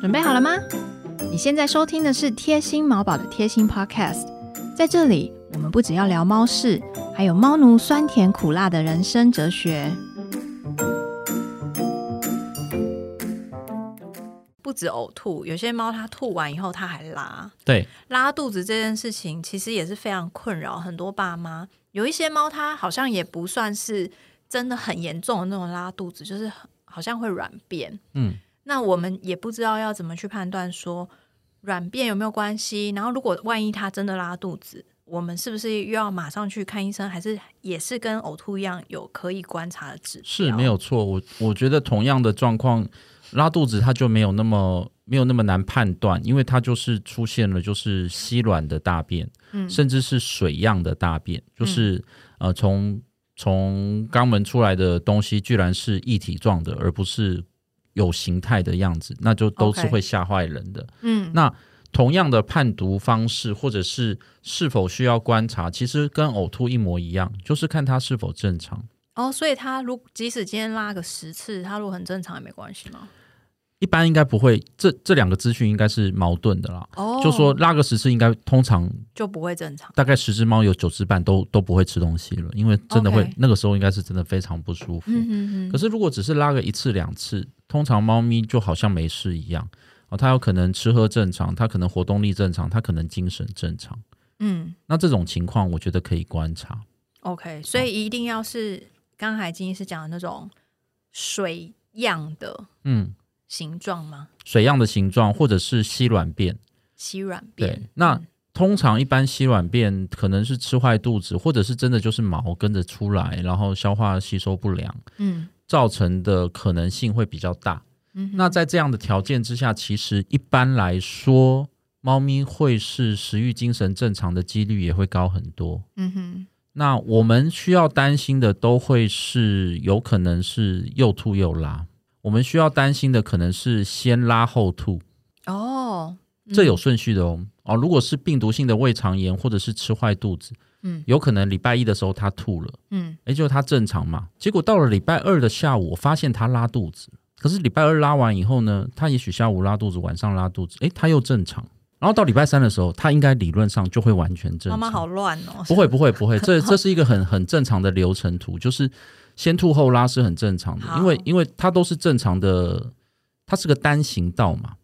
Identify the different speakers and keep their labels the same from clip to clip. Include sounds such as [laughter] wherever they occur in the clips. Speaker 1: 准备好了吗？你现在收听的是贴心毛宝的贴心 Podcast，在这里我们不只要聊猫事，还有猫奴酸甜苦辣的人生哲学。
Speaker 2: 不止呕吐，有些猫它吐完以后它还拉，
Speaker 3: 对，
Speaker 2: 拉肚子这件事情其实也是非常困扰很多爸妈。有一些猫它好像也不算是真的很严重的那种拉肚子，就是好像会软便。
Speaker 3: 嗯，
Speaker 2: 那我们也不知道要怎么去判断说软便有没有关系。然后如果万一它真的拉肚子，我们是不是又要马上去看医生，还是也是跟呕吐一样有可以观察的指标？
Speaker 3: 是没有错。我我觉得同样的状况，拉肚子它就没有那么没有那么难判断，因为它就是出现了就是稀软的大便，
Speaker 2: 嗯
Speaker 3: 甚至是水样的大便，就是、呃从从肛门出来的东西居然是液体状的，而不是有形态的样子，那就都是
Speaker 2: OK
Speaker 3: 会吓坏人的。
Speaker 2: 嗯
Speaker 3: 那同样的判读方式，或者是是否需要观察，其实跟呕吐一模一样，就是看它是否正常。
Speaker 2: 哦，所以它如即使今天拉个十次，它如果很正常也没关系吗？
Speaker 3: 一般应该不会，这这两个资讯应该是矛盾的啦。
Speaker 2: 哦
Speaker 3: 就说拉个十次，应该通常
Speaker 2: 就不会正常。
Speaker 3: 大概十只猫有九只半都都不会吃东西了，因为真的会
Speaker 2: OK
Speaker 3: 那个时候应该是真的非常不舒服。
Speaker 2: 嗯嗯
Speaker 3: 可是如果只是拉个一次两次，通常猫咪就好像没事一样哦，它有可能吃喝正常，它可能活动力正常，它可能精神正常。
Speaker 2: 嗯
Speaker 3: 那这种情况，我觉得可以观察。
Speaker 2: ，OK，所以一定要是刚才金医师讲的那种水样的
Speaker 3: 嗯，
Speaker 2: 形状吗？
Speaker 3: 水样的形状或者是稀软便。
Speaker 2: 稀软
Speaker 3: 对
Speaker 2: 便，，
Speaker 3: 那
Speaker 2: 嗯
Speaker 3: 通常一般稀软便可能是吃坏肚子，或者是真的就是毛跟着出来，然后消化吸收不良
Speaker 2: 嗯
Speaker 3: 造成的可能性会比较大。
Speaker 2: 嗯哼
Speaker 3: 那在这样的条件之下，其实一般来说，猫咪会是食欲精神正常的几率也会高很多。
Speaker 2: 嗯哼
Speaker 3: 那我们需要担心的都会是有可能是又吐又拉，我们需要担心的可能是先拉后吐，
Speaker 2: 哦，嗯
Speaker 3: 这有顺序的哦。哦，如果是病毒性的胃肠炎或者是吃坏肚子，
Speaker 2: 嗯
Speaker 3: 有可能礼拜一的时候他吐了，
Speaker 2: 嗯
Speaker 3: 诶，就他正常嘛。结果到了礼拜二的下午，我发现他拉肚子，可是礼拜二拉完以后呢，他也许下午拉肚子，晚上拉肚子，诶，他又正常。然后到礼拜三的时候，他应该理论上就会完全正
Speaker 2: 妈
Speaker 3: 常。
Speaker 2: 妈好乱哦，
Speaker 3: 不会不会不会，这这是一个很很正常的流程图，就是先吐后拉是很正常的，
Speaker 2: 好
Speaker 3: 因为因为它都是正常的，它是个单行道嘛。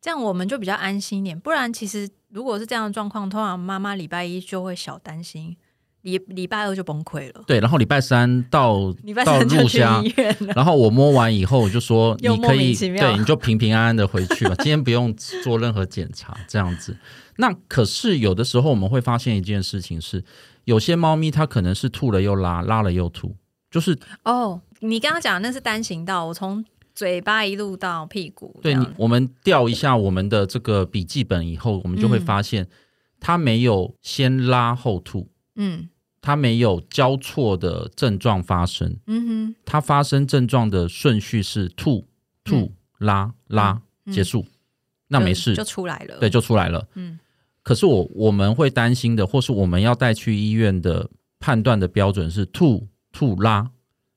Speaker 2: 这样我们就比较安心一点。不然其实如果是这样的状况，通常妈妈礼拜一就会小担心，礼礼拜二就崩溃了，
Speaker 3: 对，然后礼拜三到
Speaker 2: 礼拜
Speaker 3: 到
Speaker 2: 三就
Speaker 3: 入
Speaker 2: 去
Speaker 3: 乡
Speaker 2: 医，院了。
Speaker 3: 然后我摸完以后我就说
Speaker 2: 又
Speaker 3: 你
Speaker 2: 莫
Speaker 3: 可以
Speaker 2: 名其妙
Speaker 3: 对，你就平平安安的回去吧，今天不用做任何检查这样子。那可是有的时候我们会发现一件事情是，有些猫咪它可能是吐了又拉，拉了又吐，就是
Speaker 2: 哦，你刚刚讲的那是单行道，我从嘴巴一路到屁股这
Speaker 3: 对
Speaker 2: 样，
Speaker 3: 你，我们调一下我们的这个笔记本以后，我们就会
Speaker 2: 嗯
Speaker 3: 发现，它没有先拉后吐，
Speaker 2: 嗯
Speaker 3: 它没有交错的症状发生，
Speaker 2: 嗯
Speaker 3: 它发生症状的顺序是吐、吐、拉、拉、
Speaker 2: 嗯
Speaker 3: 结束，
Speaker 2: 哼，
Speaker 3: 那没事
Speaker 2: 就，就出来了，
Speaker 3: 对，就出来了。
Speaker 2: 嗯
Speaker 3: 可是我我们会担心的，或是我们要带去医院的判断的标准是吐、吐、拉、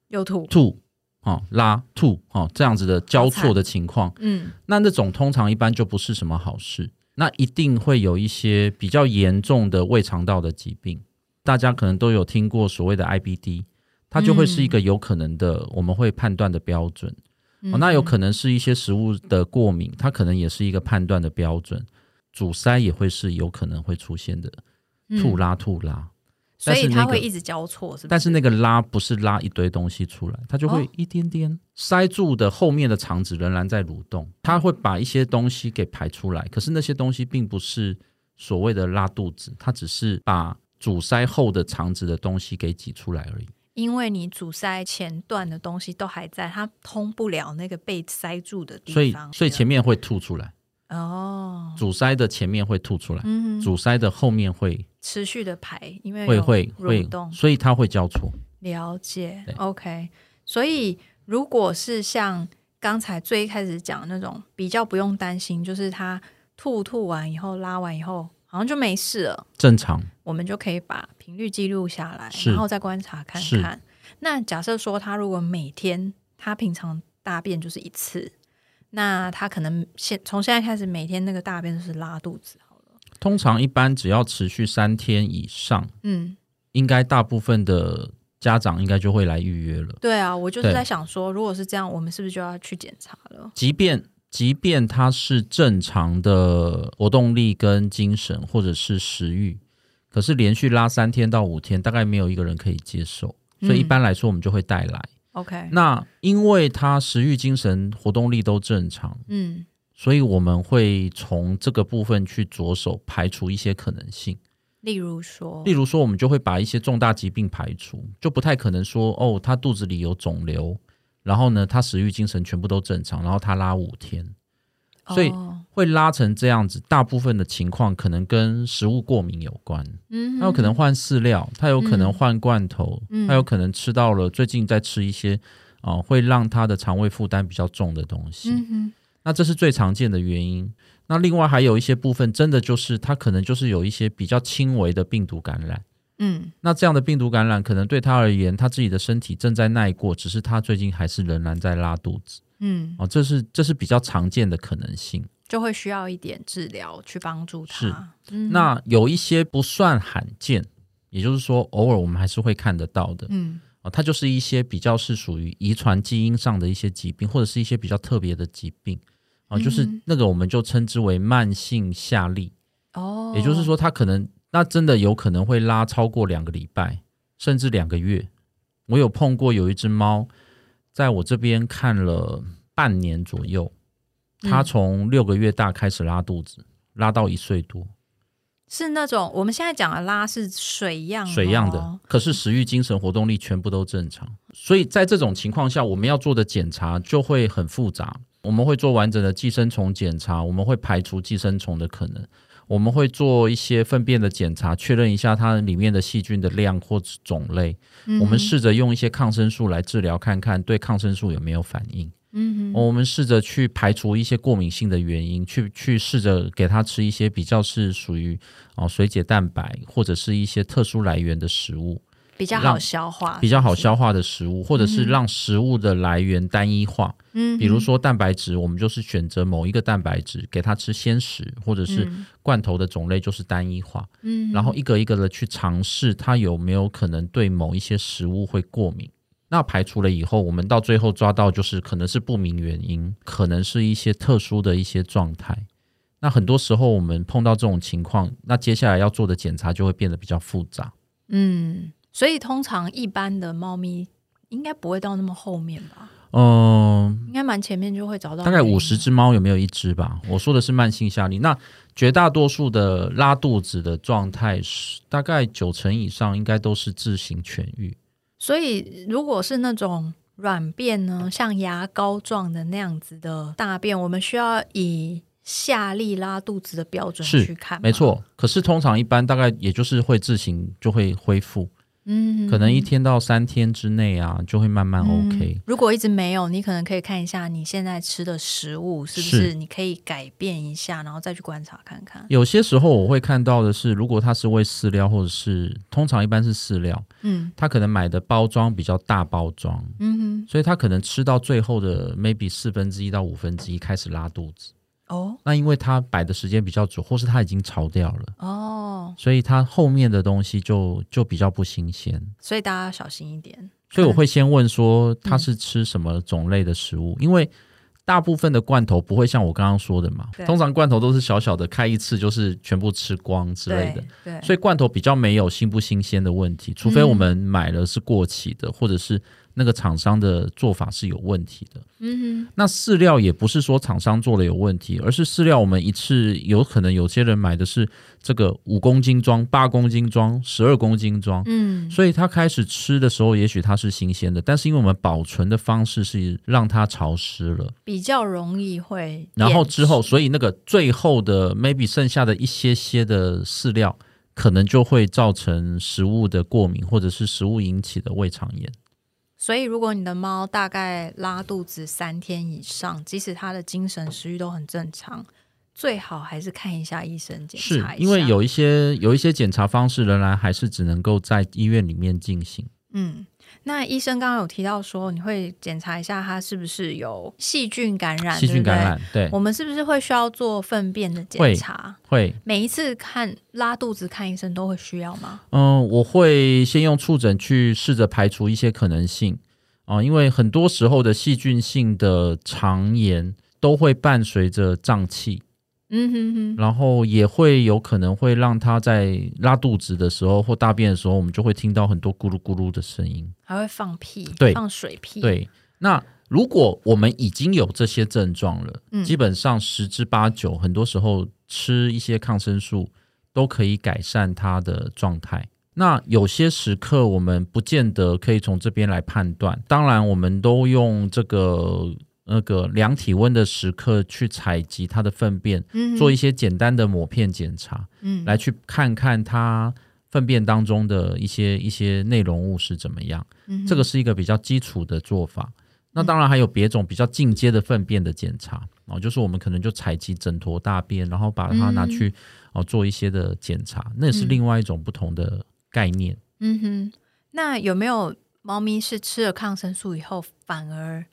Speaker 2: 又吐，
Speaker 3: 吐。哦，拉吐哦，这样子的交错的情况，
Speaker 2: 嗯
Speaker 3: 那那种通常一般就不是什么好事，那一定会有一些比较严重的胃肠道的疾病，大家可能都有听过所谓的 IBD，它就会是一个有可能的、我们会判断的标准、
Speaker 2: 嗯
Speaker 3: 哦那有可能是一些食物的过敏，它可能也是一个判断的标准，阻塞也会是有可能会出现的，吐，拉吐拉。
Speaker 2: 嗯所以
Speaker 3: 但是
Speaker 2: 它
Speaker 3: 那个
Speaker 2: 会一直交错，是不是？
Speaker 3: 但是那个拉不是拉一堆东西出来，它就会
Speaker 2: 哦
Speaker 3: 一点点塞住的后面的肠子仍然在蠕动，它会把一些东西给排出来。可是那些东西并不是所谓的拉肚子，它只是把阻塞后的肠子的东西给挤出来而已。
Speaker 2: 因为你阻塞前段的东西都还在，它通不了那个被塞住的
Speaker 3: 所
Speaker 2: 地
Speaker 3: 以
Speaker 2: 方，
Speaker 3: 所以前面会吐出来，
Speaker 2: 哦，
Speaker 3: 阻塞的前面会吐出来，
Speaker 2: 嗯哼，
Speaker 3: 阻塞的后面会
Speaker 2: 持续的排，因为
Speaker 3: 会
Speaker 2: 有
Speaker 3: 会会
Speaker 2: 蠕动，，
Speaker 3: 所以它会交错。
Speaker 2: 了解
Speaker 3: 对
Speaker 2: ，OK。所以如果是像刚才最一开始讲的那种，比较不用担心，就是他吐吐完以后拉完以后，好像就没事了，
Speaker 3: 正常
Speaker 2: 我们就可以把频率记录下来，
Speaker 3: 是
Speaker 2: 然后再观察看看。那假设说他如果每天他平常大便就是一次，那他可能现从现在开始每天那个大便都是拉肚子好了。
Speaker 3: 通常一般只要持续三天以上，
Speaker 2: 嗯，
Speaker 3: 应该大部分的家长应该就会来预约了。
Speaker 2: 对啊，我就是
Speaker 3: 对
Speaker 2: 在想说，如果是这样，我们是不是就要去检查了？
Speaker 3: 即便即便他是正常的活动力跟精神或者是食欲，可是连续拉三天到五天，大概没有一个人可以接受。
Speaker 2: 嗯
Speaker 3: 所以一般来说，我们就会带来。
Speaker 2: OK，
Speaker 3: 那因为他食欲、精神、活动力都正常，
Speaker 2: 嗯
Speaker 3: 所以我们会从这个部分去着手排除一些可能性。
Speaker 2: 例如说
Speaker 3: 例，如说，我们就会把一些重大疾病排除，就不太可能说哦，他肚子里有肿瘤，然后呢，他食欲、精神全部都正常，然后他拉五天，所以
Speaker 2: 哦
Speaker 3: 会拉成这样子。大部分的情况可能跟食物过敏有关，
Speaker 2: 嗯
Speaker 3: 他有可能换饲料，他有可能
Speaker 2: 嗯
Speaker 3: 换罐头，
Speaker 2: 嗯
Speaker 3: 他有可能吃到了最近在吃一些啊、呃会让他的肠胃负担比较重的东西。
Speaker 2: 嗯哼，
Speaker 3: 那这是最常见的原因。那另外还有一些部分，真的就是他可能就是有一些比较轻微的病毒感染。
Speaker 2: 嗯
Speaker 3: 那这样的病毒感染可能对他而言，他自己的身体正在耐过，只是他最近还是仍然在拉肚子
Speaker 2: 嗯，
Speaker 3: 哦，这是这是比较常见的可能性。
Speaker 2: 就会需要一点治疗去帮助他。嗯
Speaker 3: 那有一些不算罕见，也就是说偶尔我们还是会看得到的
Speaker 2: 嗯
Speaker 3: 哦，它就是一些比较是属于遗传基因上的一些疾病，或者是一些比较特别的疾病哦，就是
Speaker 2: 嗯
Speaker 3: 那个我们就称之为慢性下痢，
Speaker 2: 哦，
Speaker 3: 也就是说他可能那真的有可能会拉超过两个礼拜，甚至两个月。我有碰过有一只猫，在我这边看了半年左右，它
Speaker 2: 嗯
Speaker 3: 从六个月大开始拉肚子，拉到一岁多，
Speaker 2: 是那种我们现在讲的拉是水样
Speaker 3: 水样的
Speaker 2: 哦，，
Speaker 3: 可是食欲、精神、活动力全部都正常。所以在这种情况下，我们要做的检查就会很复杂。我们会做完整的寄生虫检查，我们会排除寄生虫的可能，我们会做一些粪便的检查，确认一下它里面的细菌的量或者种类。
Speaker 2: 嗯
Speaker 3: 我们试着用一些抗生素来治疗，看看对抗生素有没有反应。
Speaker 2: 嗯哼
Speaker 3: 我们试着去排除一些过敏性的原因，去去试着给它吃一些比较是属于哦水解蛋白或者是一些特殊来源的食物，
Speaker 2: 比较
Speaker 3: 让
Speaker 2: 好消化，
Speaker 3: 比较好
Speaker 2: 啊是不是，
Speaker 3: 消化的食物，或者是
Speaker 2: 嗯哼
Speaker 3: 让食物的来源单一化。
Speaker 2: 嗯哼，
Speaker 3: 比如说蛋白质，我们就是选择某一个蛋白质给它吃鲜食，或者是
Speaker 2: 嗯
Speaker 3: 罐头的种类就是单一化，
Speaker 2: 嗯
Speaker 3: 然后一个一个的去尝试它有没有可能对某一些食物会过敏。那排除了以后，我们到最后抓到就是可能是不明原因，可能是一些特殊的一些状态。那很多时候我们碰到这种情况，那接下来要做的检查就会变得比较复杂。
Speaker 2: 嗯，所以通常一般的猫咪应该不会到那么后面吧，
Speaker 3: 嗯、
Speaker 2: 应该蛮前面就会找到
Speaker 3: 大概
Speaker 2: 原因
Speaker 3: 五十只猫有没有一只吧？我说的是慢性下痢，那绝大多数的拉肚子的状态是大概九成以上应该都是自行痊愈。
Speaker 2: 所以如果是那种软便呢，像牙膏状的那样子的大便，我们需要以下力拉肚子的标准
Speaker 3: 是
Speaker 2: 去看，
Speaker 3: 没，错，可是通常一般大概也就是会自行就会恢复，
Speaker 2: 嗯，
Speaker 3: 可能一天到三天之内啊就会慢慢
Speaker 2: 嗯
Speaker 3: OK。
Speaker 2: 如果一直没有，你可能可以看一下你现在吃的食物是不
Speaker 3: 是
Speaker 2: 是你可以改变一下，然后再去观察看看。
Speaker 3: 有些时候我会看到的是，如果它是喂饲料，或者是通常一般是饲料，
Speaker 2: 嗯
Speaker 3: 它可能买的包装比较大包装，
Speaker 2: 嗯
Speaker 3: 所以它可能吃到最后的 maybe 四分之一到五分之一开始拉肚子。
Speaker 2: 哼，哦
Speaker 3: 那因为它摆的时间比较久，或是它已经潮掉了，
Speaker 2: 哦，
Speaker 3: 所以它后面的东西就就比较不新鲜。
Speaker 2: 所以大家要小心一点。
Speaker 3: 所以我会先问说它是吃什么种类的食
Speaker 2: 嗯
Speaker 3: 物，因为大部分的罐头不会像我刚刚说的嘛，
Speaker 2: 对
Speaker 3: 通常罐头都是小小的，开一次就是全部吃光之类的
Speaker 2: 对。对，
Speaker 3: 所
Speaker 2: 以
Speaker 3: 以罐头比较没有新不新鲜的问题，除非我们买了是过期的，或者是那个厂商的做法是有问题的。
Speaker 2: 嗯哼
Speaker 3: 那饲料也不是说厂商做的有问题，而是饲料我们一次有可能有些人买的是这个五公斤装、八公斤装、十二公斤装，
Speaker 2: 嗯
Speaker 3: 所以他开始吃的时候，也许它是新鲜的，但是因为我们保存的方式是让它潮湿了，
Speaker 2: 比较容易会变质，
Speaker 3: 然后之后，所以那个最后的 maybe 剩下的一些些的饲料，可能就会造成食物的过敏，或者是食物引起的胃肠炎。
Speaker 2: 所以，如果你的猫大概拉肚子三天以上，即使它的精神食欲都很正常，最好还是看一下医生检
Speaker 3: 是
Speaker 2: 查一下。
Speaker 3: 因为有一些有一些检查方式仍然还是只能够在医院里面进行。
Speaker 2: 嗯，那医生刚刚有提到说，你会检查一下它是不是有细菌感染，
Speaker 3: 细菌
Speaker 2: 对
Speaker 3: 感
Speaker 2: 不
Speaker 3: 染，对
Speaker 2: 对。我们是不是会需要做粪便的检查？
Speaker 3: 会，
Speaker 2: 每一次看拉肚子看医生都会需要吗？
Speaker 3: 嗯，我会先用触诊去试着排除一些可能性啊、因为很多时候的细菌性的肠炎都会伴随着胀气，
Speaker 2: 嗯哼哼，
Speaker 3: 然后也会有可能会让它在拉肚子的时候或大便的时候，我们就会听到很多咕噜咕噜的声音。
Speaker 2: 还会放屁，
Speaker 3: 对
Speaker 2: 放水屁，，
Speaker 3: 对，那如果我们已经有这些症状了，
Speaker 2: 嗯
Speaker 3: 基本上十之八九，很多时候吃一些抗生素都可以改善它的状态。那有些时刻我们不见得可以从这边来判断，当然我们都用这个那个量体温的时刻去采集它的粪便，
Speaker 2: 嗯哼
Speaker 3: 做一些简单的抹片检查，
Speaker 2: 嗯
Speaker 3: 来去看看它粪便当中的一些一些内容物是怎么样。
Speaker 2: 嗯哼
Speaker 3: 这个是一个比较基础的做法。那当然还有别种比较进阶的粪便的检查哦，就是我们可能就采集整坨大便，然后把它拿去、哦做一些的检查，那也是
Speaker 2: 嗯
Speaker 3: 另外一种不同的概念。
Speaker 2: 嗯哼，那有没有猫咪是吃了抗生素以后反而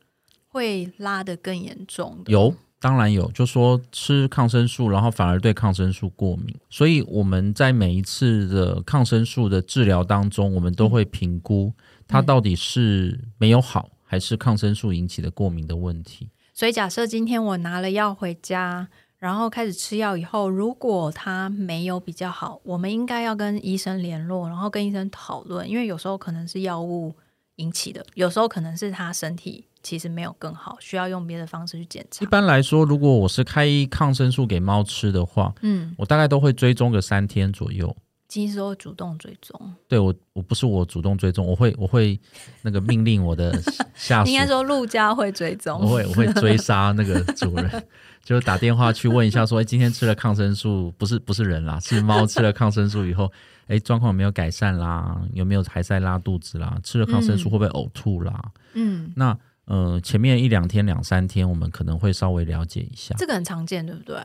Speaker 2: 会拉得更严重的？
Speaker 3: 有，当然有，就说吃抗生素，然后反而对抗生素过敏，所以我们在每一次的抗生素的治疗当中，我们都会评估
Speaker 2: 嗯
Speaker 3: 它到底是没有好，还是抗生素引起的过敏的问题。
Speaker 2: 所以假设今天我拿了药回家，然后开始吃药以后，如果它没有比较好，我们应该要跟医生联络，然后跟医生讨论，因为有时候可能是药物引起的，有时候可能是他身体其实没有更好，需要用别的方式去检查
Speaker 3: 一。般来说，如果我是开抗生素给猫吃的话，
Speaker 2: 嗯，
Speaker 3: 我大概都会追踪个三天左右。
Speaker 2: 其实会主动追踪，
Speaker 3: 对我，我不是我主动追踪，我会我会那个命令我的
Speaker 2: [laughs]
Speaker 3: 下属
Speaker 2: 应，该说陆家会追
Speaker 3: 啊我
Speaker 2: 踪。
Speaker 3: 会我会追杀那个主
Speaker 2: [laughs]
Speaker 3: 人，就是打电话去问一下说，哎，今天吃了抗生素，不是不是人啦，是猫吃了抗生素以后，哎，状况有没有改善啦？有没有还在拉肚子啦？吃了抗生素
Speaker 2: 嗯
Speaker 3: 会不会呕吐啦？
Speaker 2: 嗯，
Speaker 3: 那呃，前面一两天、两三天，我们可能会稍微了解一下。嗯
Speaker 2: 这个很常见，对不对？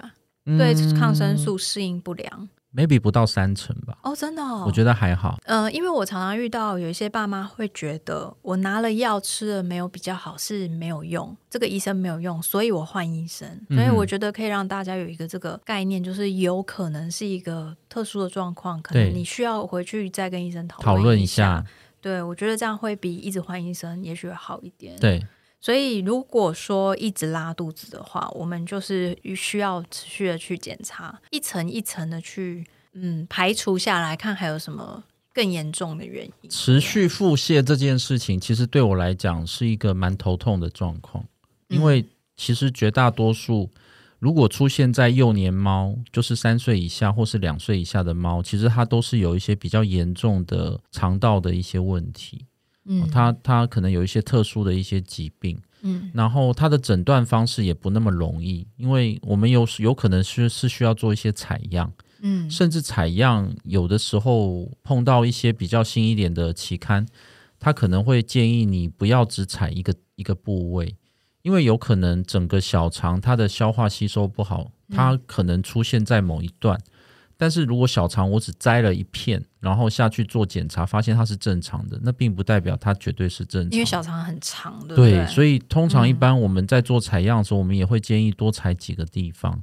Speaker 2: 对抗生素适应不良。
Speaker 3: maybe 不到三成吧。
Speaker 2: 哦，真的、哦，
Speaker 3: 我觉
Speaker 2: 得，
Speaker 3: 得还好。
Speaker 2: 呃，因为我常常遇到有一些爸妈会觉得，我拿了药吃了没有比较好是没有用，这个医生没有用，所以我换医生。所以
Speaker 3: 嗯
Speaker 2: 我觉得可以让大家有一个这个概念，就是有可能是一个特殊的状况，可能
Speaker 3: 对
Speaker 2: 你需要回去再跟医生讨
Speaker 3: 讨论
Speaker 2: 一
Speaker 3: 一下，，
Speaker 2: 对我觉得这样会比一直换医生也许好一点。
Speaker 3: 对，
Speaker 2: 所以，如果说一直拉肚子的话，我们就是需要持续的去检查，一层一层的去嗯排除下来，看还有什么更严重的原因。
Speaker 3: 持续腹泻这件事情，其实对我来讲是一个蛮头痛的状况，
Speaker 2: 嗯
Speaker 3: 因为其实绝大多数如果出现在幼年猫，就是三岁以下或是两岁以下的猫，其实它都是有一些比较严重的肠道的一些问题，哦
Speaker 2: 嗯，
Speaker 3: 它它可能有一些特殊的一些疾病。
Speaker 2: 嗯
Speaker 3: 然后它的诊断方式也不那么容易，因为我们有有可能是是需要做一些采样，
Speaker 2: 嗯
Speaker 3: 甚至采样有的时候碰到一些比较新一点的期刊，它可能会建议你不要只采一个一个部位，因为有可能整个小肠它的消化吸收不好，它可能出现在某一段。但是如果小肠我只摘了一片，然后下去做检查，发现它是正常的，那并不代表它绝对是正常
Speaker 2: 啊
Speaker 3: 的。
Speaker 2: 因为小肠很长，对不
Speaker 3: 对，
Speaker 2: 对？
Speaker 3: 所以通常
Speaker 2: 嗯
Speaker 3: 一般我们在做采样的时候，我们也会建议多采几个地方。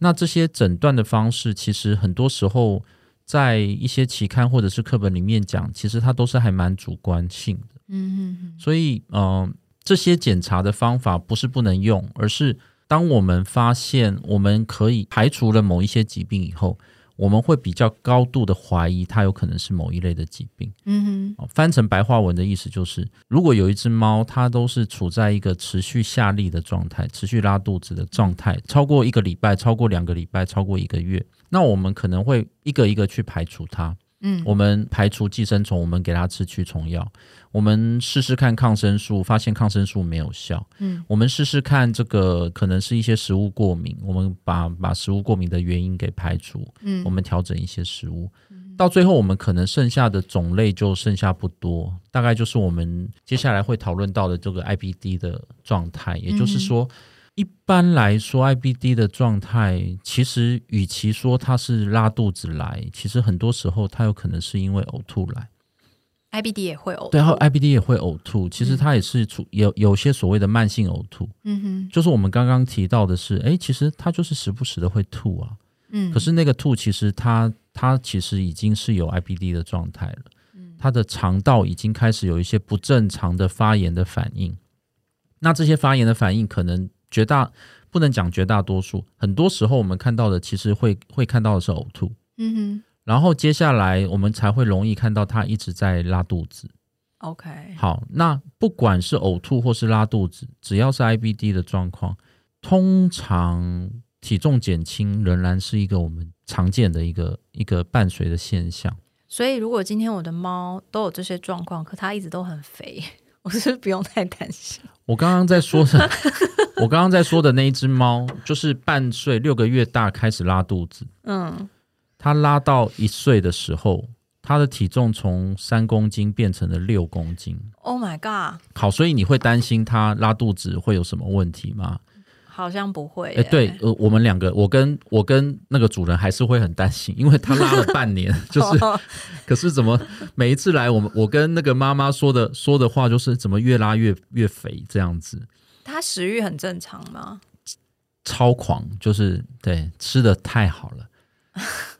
Speaker 3: 那这些诊断的方式，其实很多时候在一些期刊或者是课本里面讲，其实它都是还蛮主观性的。
Speaker 2: 嗯嗯
Speaker 3: 所以，嗯、这些检查的方法不是不能用，而是当我们发现我们可以排除了某一些疾病以后，我们会比较高度的怀疑它有可能是某一类的疾病。
Speaker 2: 嗯
Speaker 3: 哦翻成白话文的意思就是，如果有一只猫，它都是处在一个持续下痢的状态、持续拉肚子的状态，超过一个礼拜、超过两个礼拜、超过一个月，那我们可能会一个一个去排除它。
Speaker 2: 嗯
Speaker 3: 我们排除寄生虫，我们给它吃驱虫药，我们试试看抗生素，发现抗生素没有效，
Speaker 2: 嗯，
Speaker 3: 我们试试看这个可能是一些食物过敏，我们把把食物过敏的原因给排除，
Speaker 2: 嗯
Speaker 3: 我们调整一些食物，到最后我们可能剩下的种类就剩下不多，大概就是我们接下来会讨论到的这个 IBD 的状态，也就是说。一般来说，IBD 的状态其实与其说它是拉肚子来，其实很多时候它有可能是因为呕吐来。
Speaker 2: 嗯 IBD 也会呕吐，
Speaker 3: 对，啊还有 IBD 也会呕吐，其实
Speaker 2: 嗯
Speaker 3: 它也是出有有些所谓的慢性呕吐，
Speaker 2: 嗯哼，
Speaker 3: 就是我们刚刚提到的是，哎，其实它就是时不时的会吐啊，
Speaker 2: 嗯，
Speaker 3: 可是那个吐其实它它其实已经是有 IBD 的状态了，它的肠道已经开始有一些不正常的发炎的反应。那这些发炎的反应，可能绝大不能讲绝大多数，很多时候我们看到的其实会会看到的是呕吐，
Speaker 2: 嗯
Speaker 3: 然后接下来我们才会容易看到它一直在拉肚子。
Speaker 2: 哼，OK，
Speaker 3: 好，那不管是呕吐或是拉肚子，只要是 IBD 的状况，通常体重减轻仍然是一个我们常见的一个一个伴随的现象。
Speaker 2: 所以如果今天我的猫都有这些状况，可它一直都很肥， [laughs] 我是不是不用太担心。
Speaker 3: 我刚刚在说的，我刚刚在说的那一只猫，就是半岁六个月大开始拉肚子，
Speaker 2: 嗯，
Speaker 3: 它拉到一岁的时候，它的体重从三公斤变成了六公斤。
Speaker 2: Oh my god，
Speaker 3: 好，所以你会担心它拉肚子会有什么问题吗？
Speaker 2: 好像不会、
Speaker 3: 哎、对，，呃，我们两个，我跟我跟那个主人还是会很担心，因为他拉了半年， [laughs]
Speaker 2: 哦
Speaker 3: 就是，可是怎么每一次来，我们我跟那个妈妈说的说的话就是怎么越拉越越肥这样子，
Speaker 2: [laughs] 它食欲很正常吗？
Speaker 3: 超狂，就是对吃的太好
Speaker 2: [laughs]
Speaker 3: 了。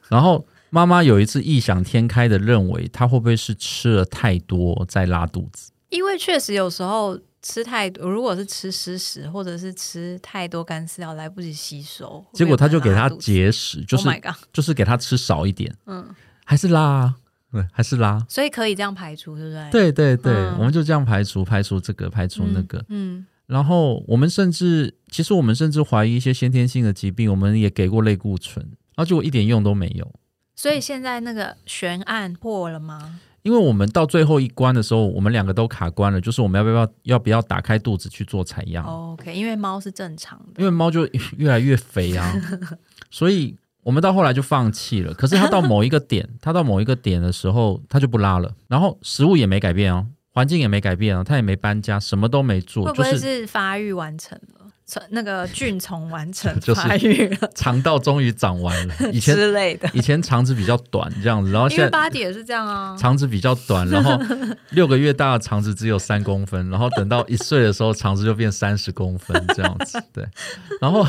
Speaker 3: 然后妈妈有一次异想天开的认为，他会不会是吃了太多在拉肚子？
Speaker 2: 因为确实有时候吃太多，如果是吃湿食或者是吃太多干饲料，来不及吸收，
Speaker 3: 结果他就给他
Speaker 2: 它
Speaker 3: 节食，就是
Speaker 2: Oh my god，
Speaker 3: 就是给他吃少一点，
Speaker 2: 嗯，
Speaker 3: 还是拉、啊，对，还是拉。
Speaker 2: 所以可以这样排除，对不对？，
Speaker 3: 对对对，
Speaker 2: 嗯
Speaker 3: 我们就这样排除排除这个排除那个，
Speaker 2: 嗯，
Speaker 3: 然后我们甚至其实我们甚至怀疑一些先天性的疾病，我们也给过类固醇，然后结果一点用都没有，
Speaker 2: 所以现在那个悬案破了吗？
Speaker 3: 因为我们到最后一关的时候，我们两个都卡关了，就是我们要不要要不要打开肚子去做采样？
Speaker 2: ？Oh, OK，因为猫是正常的，
Speaker 3: 因为猫就越来越肥
Speaker 2: [laughs]
Speaker 3: 啊，所以我们到后来就放弃了。可是它到某一个点，它到某一个点的时候，它就不拉了，然后食物也没改变哦，环境也没改变哦，它也没搬家，什么都没做，
Speaker 2: 会不会
Speaker 3: 就是
Speaker 2: 发育完成了？成那个菌虫完成
Speaker 3: [laughs] 就是
Speaker 2: 发育了
Speaker 3: 肠道终于长
Speaker 2: [laughs]
Speaker 3: 完了。以前
Speaker 2: 之类的，
Speaker 3: 以前肠子比较短这样子，然后
Speaker 2: 因为
Speaker 3: 现在
Speaker 2: 巴迪也是这样啊。
Speaker 3: 肠子比较短，
Speaker 2: [laughs]
Speaker 3: 然后六个月大的肠子只有三公分，然后等到一岁的时候，肠子就变三十公分这样
Speaker 2: [laughs]
Speaker 3: 子。对，然后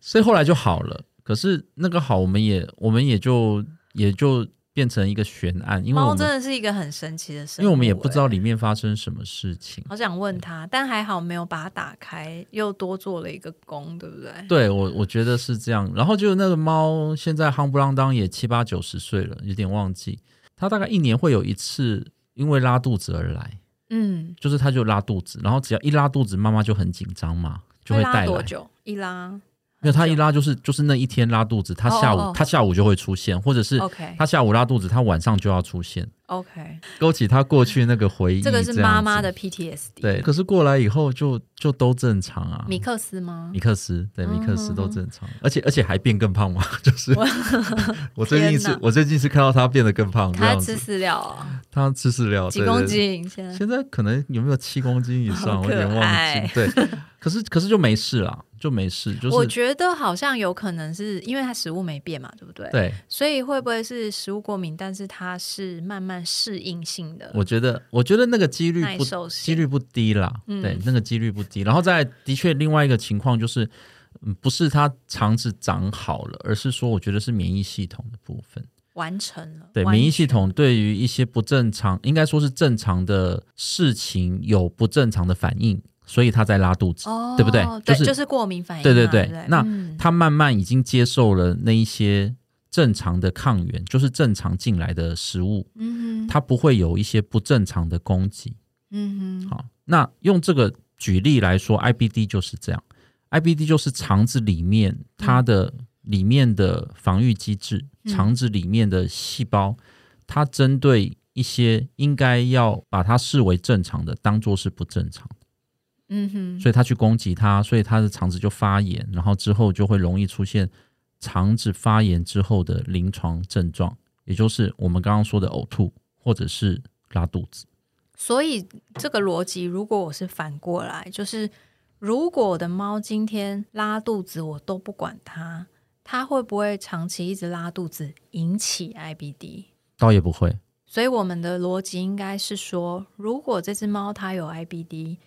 Speaker 3: 所以后来就好了。可是那个好，我们也我们也就也就变成一个悬案，因为我
Speaker 2: 猫真
Speaker 3: 们
Speaker 2: 的是一个很神奇的生
Speaker 3: 因
Speaker 2: 物，
Speaker 3: 为我们也不知道
Speaker 2: 欸
Speaker 3: 里面发生什么事情。啊
Speaker 2: 好想问他，但还好没有把它打开，又多做了一个工，对不对？
Speaker 3: 对我，我觉得是这样。然后就那个猫，现在夯不啷当也七八九十岁了，有点忘记。它大概一年会有一次因为拉肚子而来，
Speaker 2: 嗯，
Speaker 3: 就是它就拉肚子，然后只要一拉肚子，妈妈就很紧张嘛，就会
Speaker 2: 拉
Speaker 3: 带
Speaker 2: 多
Speaker 3: 来。
Speaker 2: 久？一拉
Speaker 3: 没有，它一拉就是就是那一天拉肚子，它下午
Speaker 2: 哦哦哦
Speaker 3: 它下午就会出现，或者是
Speaker 2: ，OK
Speaker 3: 它下午拉肚子，它晚上就要出现，
Speaker 2: OK，
Speaker 3: 勾起它过去那个回忆。
Speaker 2: 这个是妈妈的
Speaker 3: 这样子。
Speaker 2: PTSD。
Speaker 3: 对，可是过来以后就就都正常啊。
Speaker 2: 米克斯吗
Speaker 3: 米？克斯，对米克斯
Speaker 2: 嗯
Speaker 3: 都
Speaker 2: 嗯嗯
Speaker 3: 正常，而且而且还变更胖嘛， [laughs] 就是我最近
Speaker 2: 天
Speaker 3: 是
Speaker 2: 哪
Speaker 3: 我最近是看到他变得更胖这
Speaker 2: 他
Speaker 3: 样
Speaker 2: 在吃
Speaker 3: 子，
Speaker 2: 饲料啊，
Speaker 3: 他吃饲料
Speaker 2: 几
Speaker 3: 哦对
Speaker 2: 公
Speaker 3: 对
Speaker 2: 斤？现在
Speaker 3: 现在可能有没有七公斤以上，
Speaker 2: 好
Speaker 3: 我有点
Speaker 2: 可
Speaker 3: 忘记
Speaker 2: 爱。
Speaker 3: 对，可是可是就没事啦，就没事，就
Speaker 2: 我
Speaker 3: 是
Speaker 2: 觉得好像有可能是因为它食物没变嘛，对不对？
Speaker 3: 对。
Speaker 2: 所以会不会是食物过敏？但是它是慢慢适应性的
Speaker 3: 我觉得我觉得那个几率
Speaker 2: 耐
Speaker 3: 不
Speaker 2: 受
Speaker 3: 几
Speaker 2: 性。
Speaker 3: 率不低啦，
Speaker 2: 嗯
Speaker 3: 对，那个几率不低。然后再来的确另外一个情况就是，嗯，不是它肠子长好了，而是说我觉得是免疫系统的部分。
Speaker 2: 完成了，
Speaker 3: 对，
Speaker 2: 完
Speaker 3: 免疫系统对于一些不正常，应该说是正常的事情有不正常的反应，所以他在拉肚子。
Speaker 2: 哦，
Speaker 3: 对不对就
Speaker 2: 对，
Speaker 3: 是
Speaker 2: 就是过敏反应嘛，
Speaker 3: 对对对
Speaker 2: 对不对，
Speaker 3: 那
Speaker 2: 嗯
Speaker 3: 他慢慢已经接受了那一些正常的抗原，就是正常进来的食物，
Speaker 2: 嗯哼
Speaker 3: 它不会有一些不正常的攻击。
Speaker 2: 嗯哼，
Speaker 3: 好，啊那用这个举例来说，IBD 就是这样，IBD 就是肠子里面它的里面的防御机制，
Speaker 2: 嗯
Speaker 3: 肠子里面的细胞，它针对一些应该要把它视为正常的，当做是不正常，
Speaker 2: 嗯哼，
Speaker 3: 所以它去攻击它，所以它的肠子就发炎，然后之后就会容易出现肠子发炎之后的临床症状，也就是我们刚刚说的呕吐或者是拉肚子。
Speaker 2: 所以这个逻辑，如果我是反过来，就是如果我的猫今天拉肚子，我都不管它，它会不会长期一直拉肚子引起 IBD？
Speaker 3: 倒也不会，
Speaker 2: 所以我们的逻辑应该是说，如果这只猫它有 IBD，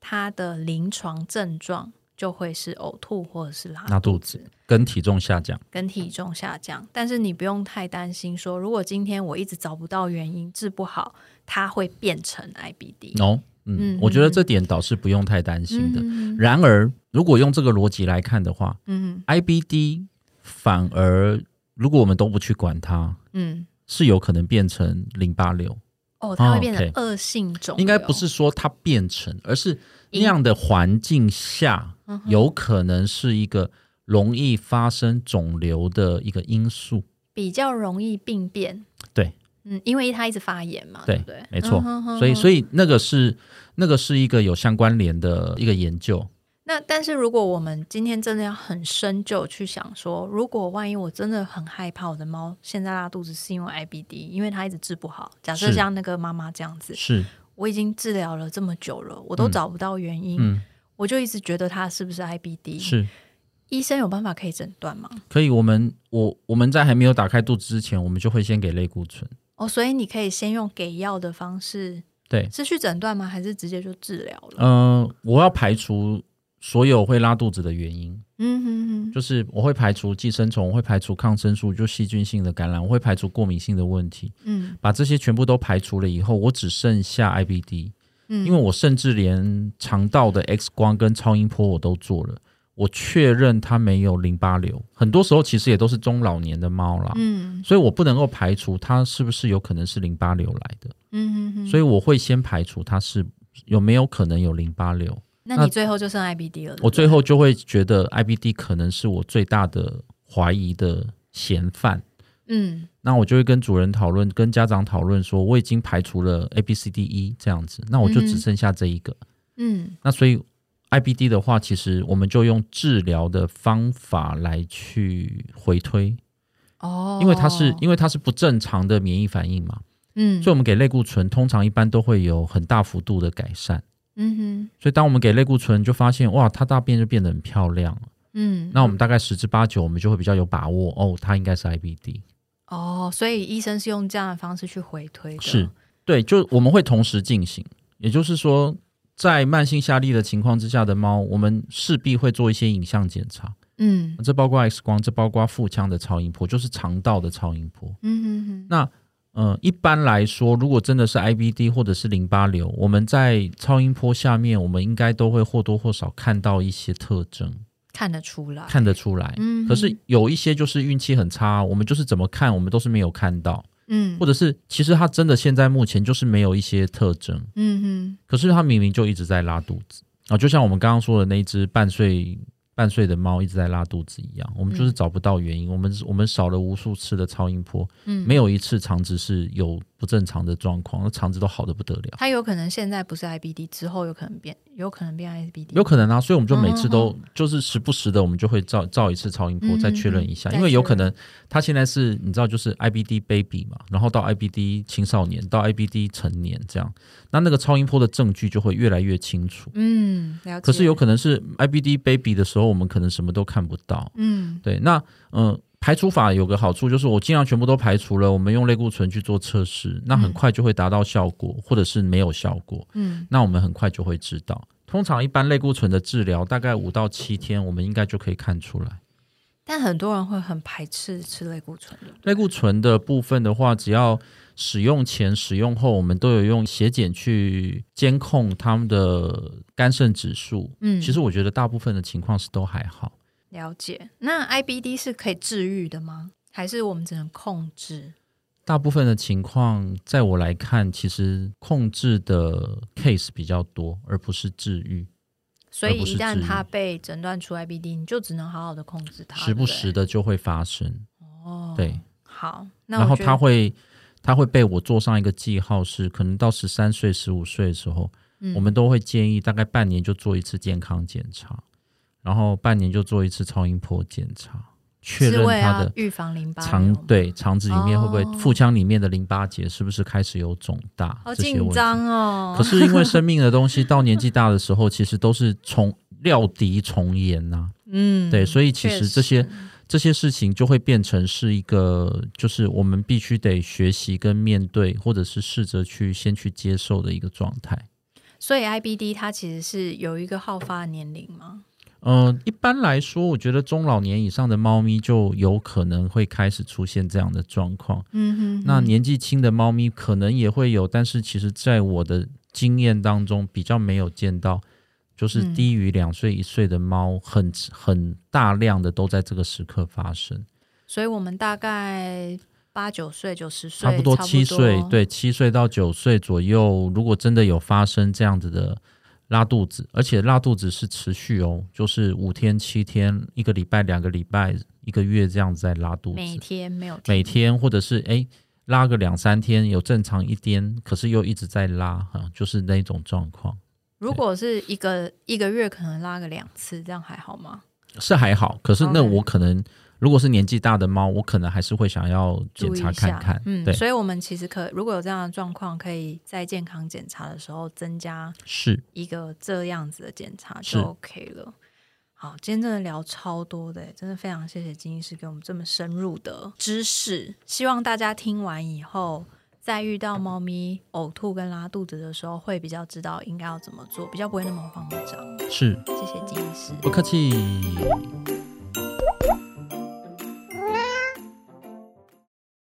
Speaker 2: 它的临床症状就会是呕吐或者是拉
Speaker 3: 拉肚子跟体重下降，
Speaker 2: 跟体重下降，但是你不用太担心说，如果今天我一直找不到原因治不好，它会变成 IBD。
Speaker 3: 哦，嗯，
Speaker 2: 嗯
Speaker 3: 我觉得这点倒是不用太担心的。
Speaker 2: 嗯
Speaker 3: 然而，如果用这个逻辑来看的话
Speaker 2: 嗯
Speaker 3: ，IBD 反而如果我们都不去管它，
Speaker 2: 嗯，
Speaker 3: 是有可能变成零八六。
Speaker 2: 哦，它
Speaker 3: 哦
Speaker 2: 会变成
Speaker 3: ，OK
Speaker 2: 恶性肿瘤，
Speaker 3: 应该不是说它变成，而是那样的环境下，
Speaker 2: 嗯
Speaker 3: 有可能是一个容易发生肿瘤的一个因素。
Speaker 2: 比较容易病变。
Speaker 3: 对，
Speaker 2: 嗯，因为它一直发炎嘛，
Speaker 3: 对
Speaker 2: 不对？
Speaker 3: 没错
Speaker 2: 嗯哼哼
Speaker 3: 所
Speaker 2: 哼
Speaker 3: 以，所以那个是那个是一个有相关联的一个研究。
Speaker 2: 那但是如果我们今天真的要很深究去想说，如果万一我真的很害怕我的猫现在拉肚子是因为 IBD，因为它一直治不好，假设
Speaker 3: 是
Speaker 2: 像那个妈妈这样子，
Speaker 3: 是，
Speaker 2: 我已经治疗了这么久了，我都
Speaker 3: 嗯
Speaker 2: 找不到原因，
Speaker 3: 嗯，
Speaker 2: 我就一直觉得它是不是 IBD？
Speaker 3: 是
Speaker 2: 医生有办法可以诊断吗？
Speaker 3: 可以。我们我我们在还没有打开肚子之前，我们就会先给类固醇。
Speaker 2: 哦，所以你可以先用给药的方式，
Speaker 3: 对，
Speaker 2: 是去诊断吗？还是直接就治疗了？
Speaker 3: 呃，我要排除所有会拉肚子的原因。
Speaker 2: 嗯哼哼，
Speaker 3: 就是我会排除寄生虫，我会排除抗生素，就细菌性的感染，我会排除过敏性的问题，
Speaker 2: 嗯
Speaker 3: 把这些全部都排除了以后，我只剩下 IBD，
Speaker 2: 嗯，
Speaker 3: 因为我甚至连肠道的 X 光跟超音波我都做了，我确认它没有淋巴瘤。很多时候其实也都是中老年的猫啦，
Speaker 2: 嗯
Speaker 3: 所以我不能够排除它是不是有可能是淋巴瘤来的，
Speaker 2: 嗯哼哼，
Speaker 3: 所以我会先排除它是有没有可能有淋巴瘤。
Speaker 2: 那
Speaker 3: 那
Speaker 2: 你最后就剩 IBD 了。
Speaker 3: 我最
Speaker 2: 后
Speaker 3: 后就会觉得 IBD 可能是我最大的怀疑的嫌犯。
Speaker 2: 嗯
Speaker 3: 那我就会跟主人讨论，跟家长讨论说，我已经排除了 A、B、C、D、E 这样子，那我就
Speaker 2: 嗯
Speaker 3: 只
Speaker 2: 哼
Speaker 3: 剩下这一个。
Speaker 2: 嗯
Speaker 3: 那所以 IBD 的话，其实我们就用治疗的方法来去回推，
Speaker 2: 哦，
Speaker 3: 因为它是、因为它是不正常的免疫反应嘛，
Speaker 2: 嗯
Speaker 3: 所以我们给类固醇通常一般都会有很大幅度的改善。
Speaker 2: 嗯哼
Speaker 3: 所以当我们给类固醇，就发现哇，它大便就变得很漂亮了。
Speaker 2: 嗯
Speaker 3: 那我们大概十之八九，我们就会比较有把握哦，它应该是 IBD。
Speaker 2: 哦，所以医生是用这样的方式去回推的。
Speaker 3: 是对，就我们会同时进行，也就是说，在慢性下痢的情况之下的猫，我们势必会做一些影像检查，
Speaker 2: 嗯
Speaker 3: 这包括 X 光，这包括腹腔的超音波，就是肠道的超音波。
Speaker 2: 嗯哼哼，
Speaker 3: 嗯、一般来说，如果真的是 IBD 或者是淋巴瘤，我们在超音波下面，我们应该都会或多或少看到一些特征，
Speaker 2: 看得出来。
Speaker 3: 看得出来。
Speaker 2: 嗯
Speaker 3: 可是有一些就是运气很差，我们就是怎么看，我们都是没有看到。
Speaker 2: 嗯
Speaker 3: 或者是其实他真的现在目前就是没有一些特征，
Speaker 2: 嗯哼。
Speaker 3: 可是他明明就一直在拉肚子啊，就像我们刚刚说的那一只半岁半岁的猫一直在拉肚子一样，我们就是找不到原因，我们我们少了无数次的超音波，
Speaker 2: 嗯
Speaker 3: 没有一次肠子是有不正常的状况，那肠子都好的不得了。
Speaker 2: 它有可能现在不是 IBD，之后有可能变，有可能变 IBD。
Speaker 3: 有可能啊，所以我们就每次都、就是时不时的，我们就会照照一次超音波，
Speaker 2: 哦嗯
Speaker 3: 再确认一下，
Speaker 2: 嗯嗯
Speaker 3: 因为有可能他现在是你知道就是 IBD baby 嘛，然后到 IBD 青少年，到 IBD 成年这样，那那个超音波的证据就会越来越清楚。
Speaker 2: 嗯，了解。
Speaker 3: 可是有可能是 IBD baby 的时候，我们可能什么都看不到。
Speaker 2: 嗯
Speaker 3: 对，那嗯、呃排除法有个好处就是我尽量全部都排除了，我们用类固醇去做测试，那很快就会达到效果，或者是没有效果。
Speaker 2: 嗯
Speaker 3: 那我们很快就会知道。通常一般类固醇的治疗大概五到七天，我们应该就可以看出来。
Speaker 2: 但很多人会很排斥吃类固醇的。
Speaker 3: 类固醇的部分的话，只要使用前、使用后，我们都有用血检去监控他们的肝肾指数。
Speaker 2: 嗯，
Speaker 3: 其实我觉得大部分的情况是都还好。
Speaker 2: 了解。那 IBD 是可以治愈的吗？还是我们只能控制？
Speaker 3: 大部分的情况，在我来看，其实控制的 case 比较多，而不是治愈。
Speaker 2: 所
Speaker 3: 而
Speaker 2: 以
Speaker 3: 不是
Speaker 2: 一旦
Speaker 3: 治愈
Speaker 2: 它被诊断出 IBD，你就只能好好的控制它，
Speaker 3: 时不时
Speaker 2: 的。
Speaker 3: 的就会发生。
Speaker 2: 哦，
Speaker 3: 对，。
Speaker 2: 好，那
Speaker 3: 然后
Speaker 2: 我觉得
Speaker 3: 他会他会被我做上一个记号是，可能到十三岁、十五岁的时候，
Speaker 2: 嗯
Speaker 3: 我们都会建议大概半年就做一次健康检查，然后半年就做一次超音波检查，确
Speaker 2: 是
Speaker 3: 认
Speaker 2: 为
Speaker 3: 他
Speaker 2: 要
Speaker 3: 的
Speaker 2: 预防淋巴瘤
Speaker 3: 肠
Speaker 2: 吗，
Speaker 3: 对肠子里面会不会、
Speaker 2: 啊哦
Speaker 3: 腹腔里面的淋巴结是不是开始有肿大
Speaker 2: 好
Speaker 3: 这些
Speaker 2: 紧
Speaker 3: 问题。
Speaker 2: 张哦。
Speaker 3: 可是因为生命的东西到年纪大的时候，其实都是重料敌重演呐、
Speaker 2: [laughs] 嗯，
Speaker 3: 对，所以其
Speaker 2: 确
Speaker 3: 实这些
Speaker 2: 实
Speaker 3: 这些事情就会变成是一个，就是我们必须得学习跟面对，或者是试着去先去接受的一个状态。
Speaker 2: 所以 IBD 它其实是有一个好发年龄吗？
Speaker 3: 嗯、一般来说，我觉得中老年以上的猫咪就有可能会开始出现这样的状况。
Speaker 2: 嗯哼
Speaker 3: 那年纪轻的猫咪可能也会有，但是其实在我的经验当中比较没有见到，就是
Speaker 2: 嗯
Speaker 3: 低于两岁一岁的猫很很大量的都在这个时刻发生，
Speaker 2: 所以我们大概八九岁、九十岁，
Speaker 3: 差不多七岁，，对，七岁到九岁左右，如果真的有发生这样子的拉肚子，而且拉肚子是持续哦，就是五天、七天、一个礼拜、两个礼拜、一个月这样子在拉肚子，
Speaker 2: 每天没有停
Speaker 3: 每天或者是哎拉个两三天有正常一天，可是又一直在拉哈、就是那种状况
Speaker 2: 如果是一个一个月可能拉个两次，这样还好吗？
Speaker 3: 是还好，可是那
Speaker 2: OK
Speaker 3: 我可能如果是年纪大的猫，我可能还是会想要检
Speaker 2: 注意
Speaker 3: 查
Speaker 2: 一
Speaker 3: 看
Speaker 2: 下，
Speaker 3: 看，
Speaker 2: 嗯，
Speaker 3: 对，
Speaker 2: 所以我们其实可如果有这样的状况，可以在健康检查的时候增加
Speaker 3: 是
Speaker 2: 一个这样子的检查
Speaker 3: 是
Speaker 2: 就 OK 了。好，今天真的聊超多的，欸真的非常谢谢金医师给我们这么深入的知识。希望大家听完以后，在遇到猫咪呕吐跟拉肚子的时候，会比较知道应该要怎么做，比较不会那么慌张。
Speaker 3: 是，
Speaker 2: 谢谢金医师。
Speaker 3: 不客气。